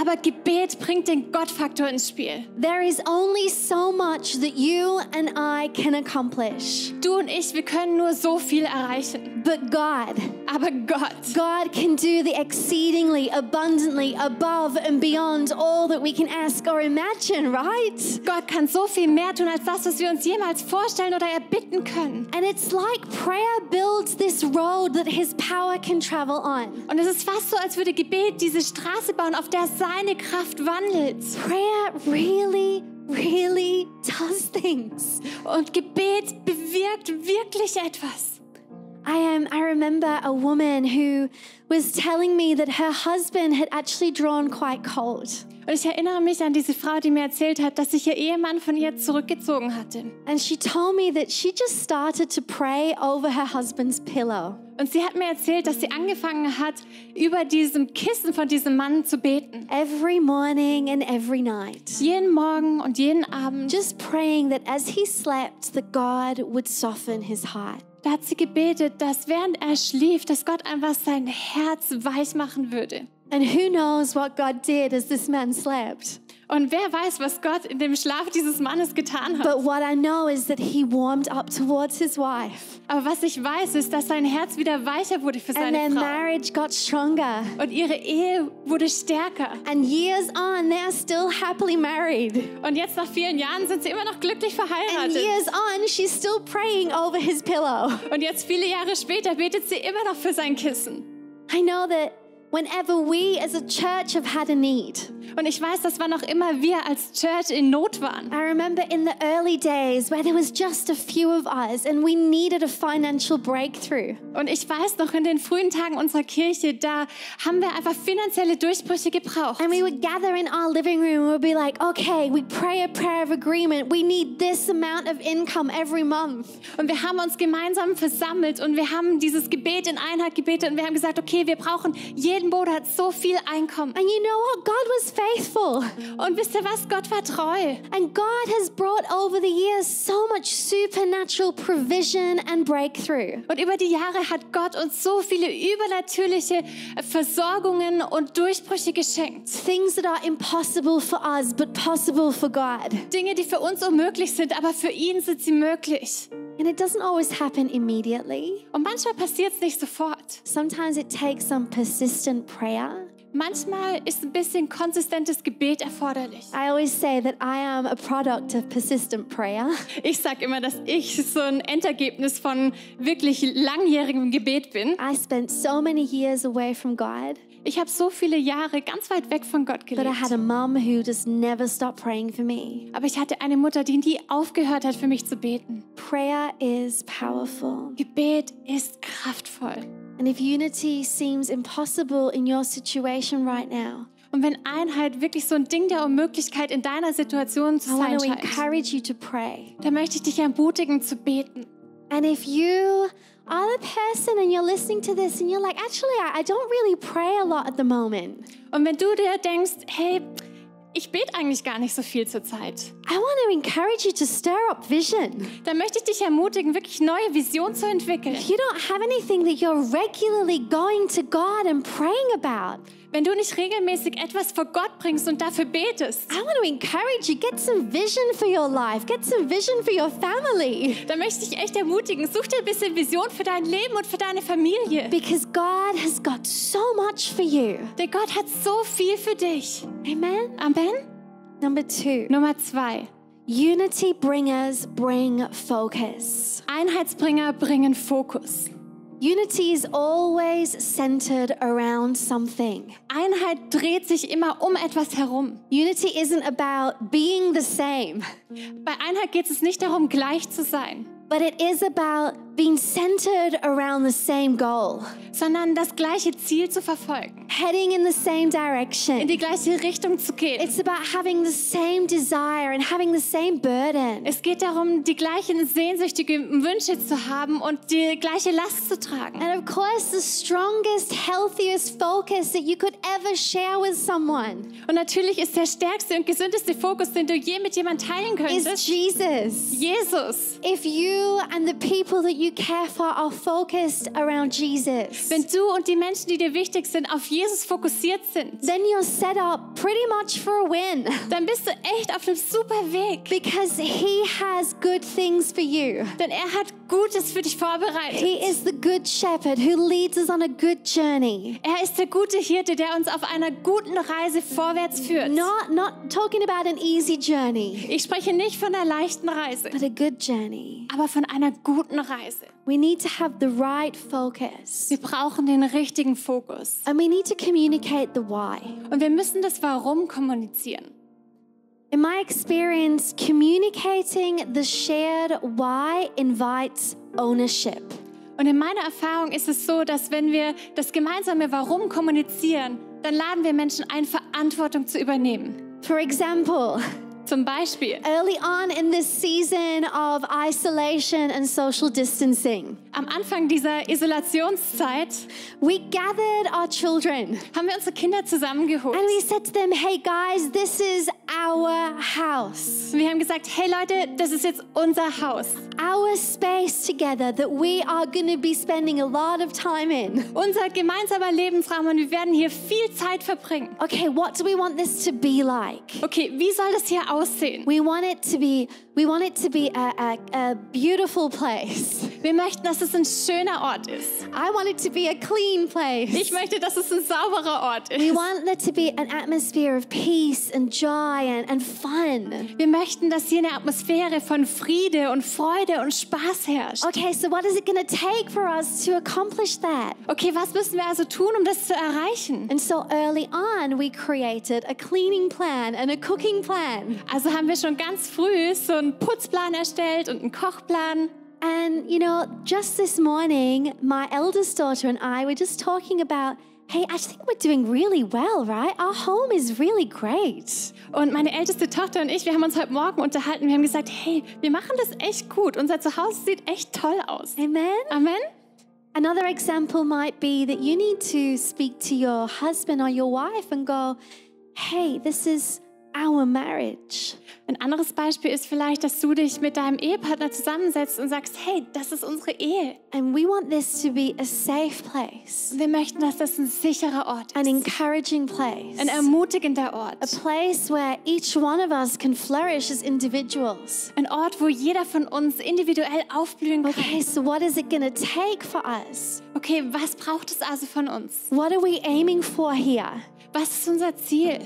[SPEAKER 2] Aber Gebet bringt den Gottfaktor ins Spiel.
[SPEAKER 1] There is only so much that you and I can accomplish.
[SPEAKER 2] Du und ich, wir können nur so viel erreichen.
[SPEAKER 1] But God,
[SPEAKER 2] Aber Gott,
[SPEAKER 1] God can do the exceedingly abundantly above and beyond all that we can ask or imagine, right?
[SPEAKER 2] Gott kann so viel mehr tun als das, was wir uns jemals vorstellen oder erbitten können.
[SPEAKER 1] And it's like prayer builds this road that his power can travel on.
[SPEAKER 2] Und es ist fast so, als würde Gebet diese Straße bauen, auf der seine Kraft wandelt.
[SPEAKER 1] Prayer really, really does things.
[SPEAKER 2] Und Gebet bewirkt wirklich etwas.
[SPEAKER 1] I am I remember a woman who was telling me that her husband had actually drawn quite cold.
[SPEAKER 2] Und ich erinnere mich an diese Frau, die mir erzählt hat, dass sich ihr Ehemann von ihr zurückgezogen hatte.
[SPEAKER 1] And she told me that she just started to pray over her husband's pillow.
[SPEAKER 2] Und sie hat mir erzählt, dass sie angefangen hat, über diesem Kissen von diesem Mann zu beten.
[SPEAKER 1] Every morning and every night.
[SPEAKER 2] Jeden Morgen und jeden Abend.
[SPEAKER 1] Just praying that as he slept, that God would soften his heart.
[SPEAKER 2] Da hat sie gebetet, dass während er schlief, dass Gott einfach sein Herz weich machen würde.
[SPEAKER 1] And who knows what God did as this man slept.
[SPEAKER 2] Und wer weiß, was Gott in dem Schlaf dieses Mannes getan hat.
[SPEAKER 1] But what I know is that he warmed up towards his wife.
[SPEAKER 2] Aber was ich weiß, ist, dass sein Herz wieder weicher wurde für
[SPEAKER 1] And
[SPEAKER 2] seine
[SPEAKER 1] their
[SPEAKER 2] Frau.
[SPEAKER 1] marriage got stronger.
[SPEAKER 2] Und ihre Ehe wurde stärker.
[SPEAKER 1] And years on, they are still happily married.
[SPEAKER 2] Und jetzt nach vielen Jahren sind sie immer noch glücklich
[SPEAKER 1] And
[SPEAKER 2] verheiratet.
[SPEAKER 1] years on, she's still praying over his pillow.
[SPEAKER 2] Und jetzt viele Jahre später betet sie immer noch für sein Kissen.
[SPEAKER 1] I know that whenever we as a church have had a need,
[SPEAKER 2] Und ich weiß, dass wann auch immer wir als Church in Not waren.
[SPEAKER 1] I remember in the early days where there was just a few of us and we needed a financial breakthrough.
[SPEAKER 2] Und ich weiß noch, in den frühen Tagen unserer Kirche, da haben wir einfach finanzielle Durchbrüche gebraucht.
[SPEAKER 1] And we would gather in our living room and we'd be like, okay, we pray a prayer of agreement. We need this amount of income every month.
[SPEAKER 2] Und wir haben uns gemeinsam versammelt und wir haben dieses Gebet in Einheit gebetet und wir haben gesagt, okay, wir brauchen jeden Monat so viel Einkommen.
[SPEAKER 1] And you know what? God was faithful.
[SPEAKER 2] Und wisst ihr was? Gott war treu.
[SPEAKER 1] And God has brought over the years so much supernatural provision and breakthrough.
[SPEAKER 2] Und über die Jahre hat Gott uns so viele übernatürliche Versorgungen und Durchbrüche geschenkt.
[SPEAKER 1] Things that are impossible for us, but possible for God.
[SPEAKER 2] Dinge, die für uns unmöglich sind, aber für ihn sind sie möglich.
[SPEAKER 1] And it doesn't always happen immediately.
[SPEAKER 2] Und manchmal passiert es nicht sofort.
[SPEAKER 1] Sometimes it takes some persistent prayer.
[SPEAKER 2] Manchmal ist ein bisschen konsistentes Gebet erforderlich.
[SPEAKER 1] I always say that I am a product of persistent prayer.
[SPEAKER 2] Ich sage immer, dass ich so ein Endergebnis von wirklich langjährigem Gebet bin.
[SPEAKER 1] I spent so many years away from God,
[SPEAKER 2] Ich habe so viele Jahre ganz weit weg von Gott
[SPEAKER 1] but I had a
[SPEAKER 2] gelebt.
[SPEAKER 1] mum who just never stopped praying for me.
[SPEAKER 2] Aber ich hatte eine Mutter, die nie aufgehört hat, für mich zu beten.
[SPEAKER 1] Prayer is powerful.
[SPEAKER 2] Gebet ist kraftvoll.
[SPEAKER 1] And if unity seems impossible in your situation right now,
[SPEAKER 2] Und wenn Einheit wirklich so ein Ding der Unmöglichkeit in deiner Situation zu
[SPEAKER 1] I
[SPEAKER 2] sein
[SPEAKER 1] want to
[SPEAKER 2] scheint,
[SPEAKER 1] encourage you to pray.
[SPEAKER 2] dann möchte ich dich ermutigen zu beten.
[SPEAKER 1] And if you are the person and you're listening to this and you're like, actually, I, I don't really pray a lot at the moment,
[SPEAKER 2] Und wenn du dir denkst, hey, ich bete eigentlich gar nicht so viel zurzeit,
[SPEAKER 1] I want to encourage you to stir up vision.
[SPEAKER 2] dann möchte ich dich ermutigen, wirklich neue Visionen zu entwickeln.
[SPEAKER 1] If you don't have anything that you're regularly going to God and praying about,
[SPEAKER 2] Wenn du nicht regelmäßig etwas vor Gott bringst und dafür betest,
[SPEAKER 1] I want to encourage you get some vision for your life, get some vision for your family.
[SPEAKER 2] dann möchte ich dich echt ermutigen, such dir ein bisschen Vision für dein Leben und für deine Familie.
[SPEAKER 1] Because God has got so much for you.
[SPEAKER 2] Denn Gott hat so viel für dich.
[SPEAKER 1] Amen.
[SPEAKER 2] Amen.
[SPEAKER 1] Number two,
[SPEAKER 2] Nummer zwei.
[SPEAKER 1] unity bringers bring focus.
[SPEAKER 2] Einheitsbringer bringen Fokus.
[SPEAKER 1] Unity is always centered around something.
[SPEAKER 2] Einheit dreht sich immer um etwas herum.
[SPEAKER 1] Unity isn't about being the same,
[SPEAKER 2] Bei Einheit geht es nicht darum, gleich zu sein,
[SPEAKER 1] but it is about being centered around the same goal,
[SPEAKER 2] sondern das gleiche Ziel zu verfolgen,
[SPEAKER 1] heading in the same
[SPEAKER 2] in
[SPEAKER 1] direction.
[SPEAKER 2] die gleiche Richtung zu gehen.
[SPEAKER 1] It's about having the same desire and having the same burden.
[SPEAKER 2] Es geht darum, die gleichen sehnsüchtigen Wünsche zu haben und die gleiche Last zu tragen.
[SPEAKER 1] And of course, the strongest, healthiest focus that you could ever share with someone
[SPEAKER 2] Und natürlich ist der stärkste und gesündeste Fokus, den du je mit jemandem teilen
[SPEAKER 1] is
[SPEAKER 2] könntest,
[SPEAKER 1] Jesus.
[SPEAKER 2] Jesus.
[SPEAKER 1] If you and the people that you care for are focused around Jesus,
[SPEAKER 2] Wenn du und die Menschen, die dir wichtig sind, auf Jesus fokussiert sind,
[SPEAKER 1] then you're set up pretty much for a win
[SPEAKER 2] dann bist du echt auf einem super Weg.
[SPEAKER 1] because He has good things for you.
[SPEAKER 2] Denn er hat Gutes für dich vorbereitet.
[SPEAKER 1] He is the good shepherd who leads us on a good journey.
[SPEAKER 2] Er ist der gute Hirte, der uns auf einer guten Reise vorwärts führt.
[SPEAKER 1] Not, not talking about an easy journey,
[SPEAKER 2] Ich spreche nicht von einer leichten Reise,
[SPEAKER 1] but a good journey.
[SPEAKER 2] aber von einer guten Reise.
[SPEAKER 1] We need to have the right focus.
[SPEAKER 2] Wir brauchen den richtigen Fokus.
[SPEAKER 1] And we need to communicate the why.
[SPEAKER 2] Und wir müssen das Warum kommunizieren.
[SPEAKER 1] In my experience, communicating the shared why invites ownership.
[SPEAKER 2] Und in meiner Erfahrung ist es so, dass wenn wir das gemeinsame Warum kommunizieren, dann laden wir Menschen ein, Verantwortung zu übernehmen.
[SPEAKER 1] For example,
[SPEAKER 2] Zum Beispiel,
[SPEAKER 1] early on in this season of isolation and social distancing,
[SPEAKER 2] am Anfang dieser Isolationszeit
[SPEAKER 1] we gathered our children
[SPEAKER 2] haben wir unsere Kinder zusammengeholt.
[SPEAKER 1] and we said to them, Hey guys, this is our house,
[SPEAKER 2] Wir haben gesagt, hey Leute, das ist jetzt unser Haus.
[SPEAKER 1] our space together that we are going to be spending a lot of time in.
[SPEAKER 2] Unser gemeinsamer Lebensraum und wir werden hier viel Zeit verbringen.
[SPEAKER 1] Okay, what do we want this to be like?
[SPEAKER 2] Okay, wie soll das hier aussehen?
[SPEAKER 1] We want it to be we want it to be a, a, a beautiful place.
[SPEAKER 2] Wir möchten, dass es ein schöner Ort ist.
[SPEAKER 1] I want it to be a clean
[SPEAKER 2] Ich
[SPEAKER 1] place.
[SPEAKER 2] möchte, dass es ein sauberer Ort
[SPEAKER 1] We
[SPEAKER 2] ist.
[SPEAKER 1] want there to be an atmosphere of peace and joy and, and fun.
[SPEAKER 2] Wir möchten, dass hier eine Atmosphäre von Friede und Freude und Spaß herrscht.
[SPEAKER 1] Okay, so what is it going to take for us to accomplish that?
[SPEAKER 2] Okay, was müssen wir also tun, um das zu erreichen?
[SPEAKER 1] And so early on, we created a cleaning plan and a cooking plan.
[SPEAKER 2] Also haben wir schon ganz früh so einen Putzplan erstellt und einen Kochplan.
[SPEAKER 1] And you know, just this morning, my eldest daughter and I were just talking about hey, I think we're doing really well, right? Our home is really great.
[SPEAKER 2] Und meine älteste Tochter und ich, wir haben uns heute Morgen unterhalten. Wir haben gesagt, hey, wir machen das echt gut. Unser Zuhause sieht echt toll aus.
[SPEAKER 1] Amen.
[SPEAKER 2] Amen.
[SPEAKER 1] Another example might be that you need to speak to your husband or your wife and go, hey, this is our marriage.
[SPEAKER 2] Ein anderes Beispiel ist vielleicht, dass du dich mit deinem Ehepartner zusammensetzt und sagst, hey, das ist unsere Ehe.
[SPEAKER 1] And we want this to be a safe place,
[SPEAKER 2] Wir möchten, dass das ein sicherer Ort
[SPEAKER 1] an
[SPEAKER 2] ist.
[SPEAKER 1] encouraging place,
[SPEAKER 2] Ein ermutigender Ort.
[SPEAKER 1] place where each one of us can flourish as individuals.
[SPEAKER 2] Ein Ort, wo jeder von uns individuell aufblühen kann.
[SPEAKER 1] Okay, so what is it going to take for us?
[SPEAKER 2] Okay, was braucht es also von uns?
[SPEAKER 1] What are we aiming for here?
[SPEAKER 2] Was ist unser Ziel?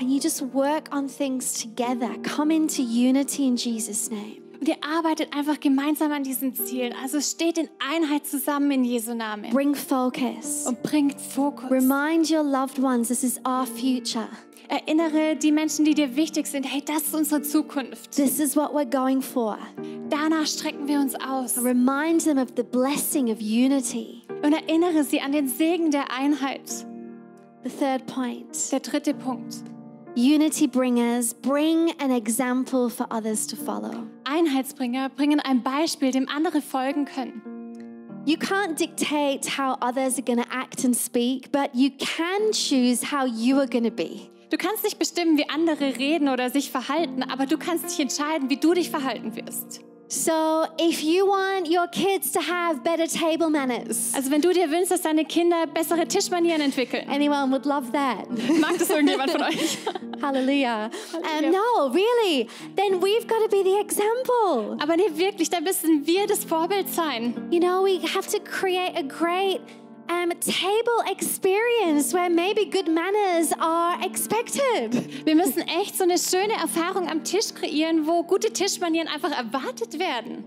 [SPEAKER 1] And you just work on things together. Come into unity in Jesus' name.
[SPEAKER 2] Und ihr arbeitet einfach gemeinsam an diesen Zielen. Also steht in Einheit zusammen in Jesu Namen.
[SPEAKER 1] Bring focus.
[SPEAKER 2] Und bringt Fokus.
[SPEAKER 1] Remind your loved ones this is our future.
[SPEAKER 2] Erinnere die Menschen, die dir wichtig sind. Hey, das ist unsere Zukunft.
[SPEAKER 1] This is what we're going for.
[SPEAKER 2] Danach strecken wir uns aus. Und
[SPEAKER 1] Remind them of the blessing of unity.
[SPEAKER 2] erinnere sie an den Segen der Einheit.
[SPEAKER 1] The third point
[SPEAKER 2] Der dritte Punkt.
[SPEAKER 1] unity bringers bring an example for others to follow.
[SPEAKER 2] Einheitsbringer bringen ein Beispiel, dem andere folgen können.
[SPEAKER 1] You can't dictate how others are going to act and speak, but you can choose how you are going to be.
[SPEAKER 2] Du kannst nicht bestimmen, wie andere reden oder sich verhalten, aber du kannst dich entscheiden, wie du dich verhalten wirst.
[SPEAKER 1] So, if you want your kids to have better table manners,
[SPEAKER 2] Also wenn du dir wünschst, dass deine Kinder bessere Tischmanieren entwickeln,
[SPEAKER 1] anyone would love that.
[SPEAKER 2] mag das irgendjemand von euch?
[SPEAKER 1] Hallelujah.
[SPEAKER 2] Hallelujah.
[SPEAKER 1] Um, no, really. Then we've got to be the example.
[SPEAKER 2] Aber nee, wirklich, da müssen wir das Vorbild sein.
[SPEAKER 1] You know, we have to create a great um, table experience where maybe good manners are expected.
[SPEAKER 2] Wir müssen echt so eine schöne Erfahrung am Tisch kreieren, wo gute Tischmanieren einfach erwartet werden.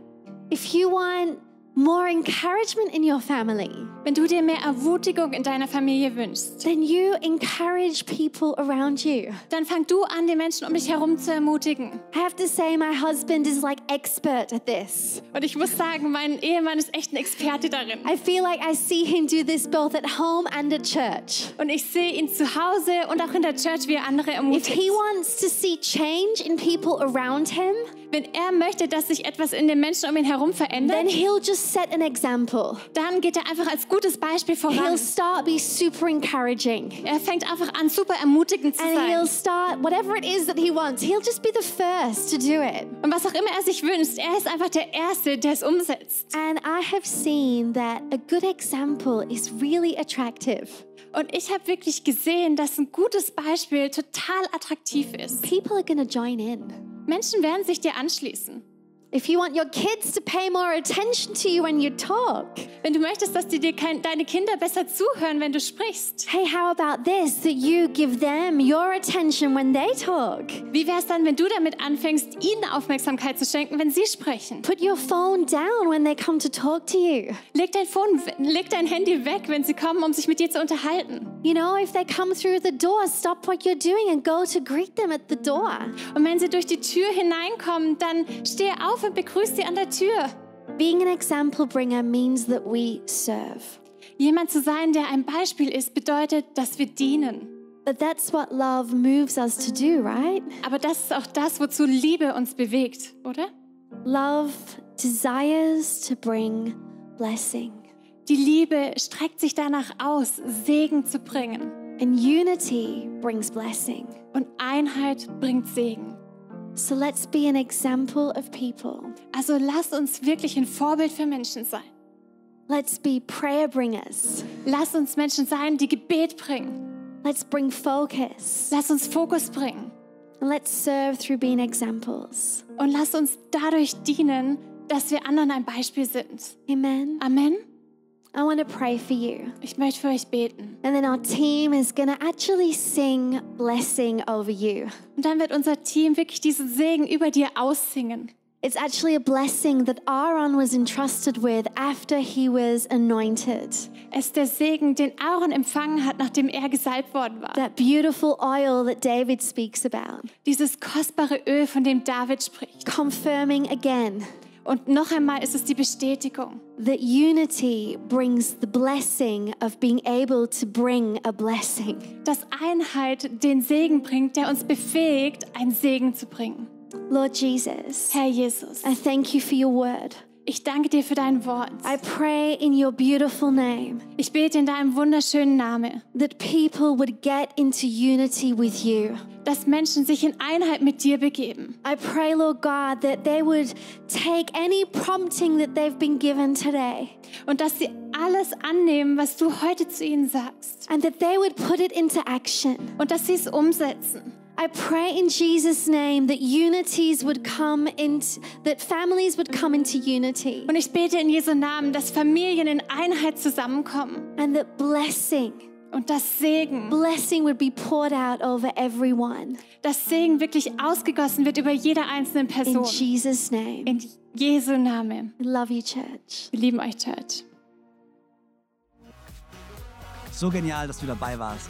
[SPEAKER 1] If you want more encouragement in your family,
[SPEAKER 2] Wenn du dir mehr Ermutigung in deiner Familie wünschst,
[SPEAKER 1] then you encourage people around you.
[SPEAKER 2] dann fang du an, die Menschen um dich herum zu ermutigen.
[SPEAKER 1] I have to say, my husband is like expert at this.
[SPEAKER 2] Und ich muss sagen, mein Ehemann ist echt ein Experte darin.
[SPEAKER 1] I feel like I see him do this both at home and at church.
[SPEAKER 2] Und ich sehe ihn zu Hause und auch in der Church, wie er andere
[SPEAKER 1] If
[SPEAKER 2] ermutigt.
[SPEAKER 1] he wants to see change in people around him,
[SPEAKER 2] Wenn er möchte, dass sich etwas in den Menschen um ihn herum
[SPEAKER 1] then
[SPEAKER 2] verändert,
[SPEAKER 1] he'll just set an example.
[SPEAKER 2] dann geht er einfach als gutes Beispiel voran.
[SPEAKER 1] He'll start be super encouraging.
[SPEAKER 2] Er fängt einfach an, super ermutigend zu
[SPEAKER 1] And he'll
[SPEAKER 2] sein.
[SPEAKER 1] start whatever it is that he wants. He'll just be the first to do it.
[SPEAKER 2] Und was auch immer er sich wünscht, er ist einfach der Erste, der es umsetzt.
[SPEAKER 1] And I have seen that a good example is really attractive.
[SPEAKER 2] Und ich habe wirklich gesehen, dass ein gutes Beispiel total attraktiv ist.
[SPEAKER 1] People are going to join in.
[SPEAKER 2] Menschen werden sich dir anschließen.
[SPEAKER 1] If you want your kids to pay more attention to you when you talk,
[SPEAKER 2] Wenn du möchtest, dass die dir kein, deine Kinder besser zuhören, wenn du sprichst,
[SPEAKER 1] hey, how about this? That you give them your attention when they talk.
[SPEAKER 2] wie wäre es dann, wenn du damit anfängst, ihnen Aufmerksamkeit zu schenken, wenn sie sprechen?
[SPEAKER 1] Put your phone down when they come to talk to you.
[SPEAKER 2] Leg dein, Phone, we- leg dein Handy weg, wenn sie kommen, um sich mit dir zu unterhalten.
[SPEAKER 1] You know, if they come through the door, stop what you're doing and go to greet them at the door.
[SPEAKER 2] Und wenn sie durch die Tür hineinkommen, dann steh auf und begrüß sie an der Tür.
[SPEAKER 1] Being an example bringer means that we serve.
[SPEAKER 2] Jemand zu sein, der ein Beispiel ist, bedeutet, dass wir dienen.
[SPEAKER 1] But that's what love moves us to do, right?
[SPEAKER 2] Aber das ist auch das, wozu Liebe uns bewegt, oder?
[SPEAKER 1] Love desires to bring blessing,
[SPEAKER 2] Die Liebe streckt sich danach aus, Segen zu bringen.
[SPEAKER 1] and unity brings blessing.
[SPEAKER 2] Und Einheit bringt Segen.
[SPEAKER 1] So let's be an example of people.
[SPEAKER 2] Also lasst uns wirklich ein Vorbild für Menschen sein.
[SPEAKER 1] Let's be prayer bringers.
[SPEAKER 2] Lasst uns Menschen sein, die Gebet bringen.
[SPEAKER 1] Let's bring focus.
[SPEAKER 2] Lasst uns Fokus bringen.
[SPEAKER 1] And let's serve through being examples.
[SPEAKER 2] Und lasst uns dadurch dienen, dass wir anderen ein Beispiel sind.
[SPEAKER 1] Amen.
[SPEAKER 2] Amen.
[SPEAKER 1] I want to pray for you.
[SPEAKER 2] Ich möchte für euch beten.
[SPEAKER 1] And then our team is going to actually sing blessing over you.
[SPEAKER 2] Und dann wird unser Team wirklich diesen Segen über dir aussingen.
[SPEAKER 1] It's actually a blessing that Aaron was entrusted with after he was anointed.
[SPEAKER 2] Es ist der Segen, den Aaron empfangen hat, nachdem er gesalbt worden war.
[SPEAKER 1] That beautiful oil that David speaks about,
[SPEAKER 2] Dieses kostbare Öl, von dem David spricht.
[SPEAKER 1] confirming again
[SPEAKER 2] Und noch einmal ist es die Bestätigung,
[SPEAKER 1] that unity brings the blessing of being able to bring a blessing.
[SPEAKER 2] dass Einheit den Segen bringt, der uns befähigt, einen Segen zu bringen.
[SPEAKER 1] Lord Jesus,
[SPEAKER 2] Herr Jesus,
[SPEAKER 1] I thank you for your word.
[SPEAKER 2] ich danke dir für dein Wort.
[SPEAKER 1] I pray in your beautiful name
[SPEAKER 2] Ich bete in deinem wunderschönen Namen,
[SPEAKER 1] that people would get into unity with you.
[SPEAKER 2] dass Menschen sich in Einheit mit dir begeben.
[SPEAKER 1] I pray, Lord God, that they would take any prompting that they've been given today
[SPEAKER 2] und dass sie alles annehmen, was du heute zu ihnen sagst
[SPEAKER 1] and that they would put it into action.
[SPEAKER 2] und dass sie es umsetzen.
[SPEAKER 1] I pray in Jesus' name that unities would come into, that families would come into unity
[SPEAKER 2] Und ich bete in Jesu Namen, dass Familien in Einheit zusammenkommen
[SPEAKER 1] and that blessing,
[SPEAKER 2] und dass Segen,
[SPEAKER 1] blessing would be poured out over everyone.
[SPEAKER 2] dass Segen wirklich ausgegossen wird über jede einzelne
[SPEAKER 1] In
[SPEAKER 2] Person.
[SPEAKER 1] Jesus' name.
[SPEAKER 2] In Jesu Namen.
[SPEAKER 1] I love you, church.
[SPEAKER 2] Wir lieben euch, Church.
[SPEAKER 3] So genial, dass du dabei warst.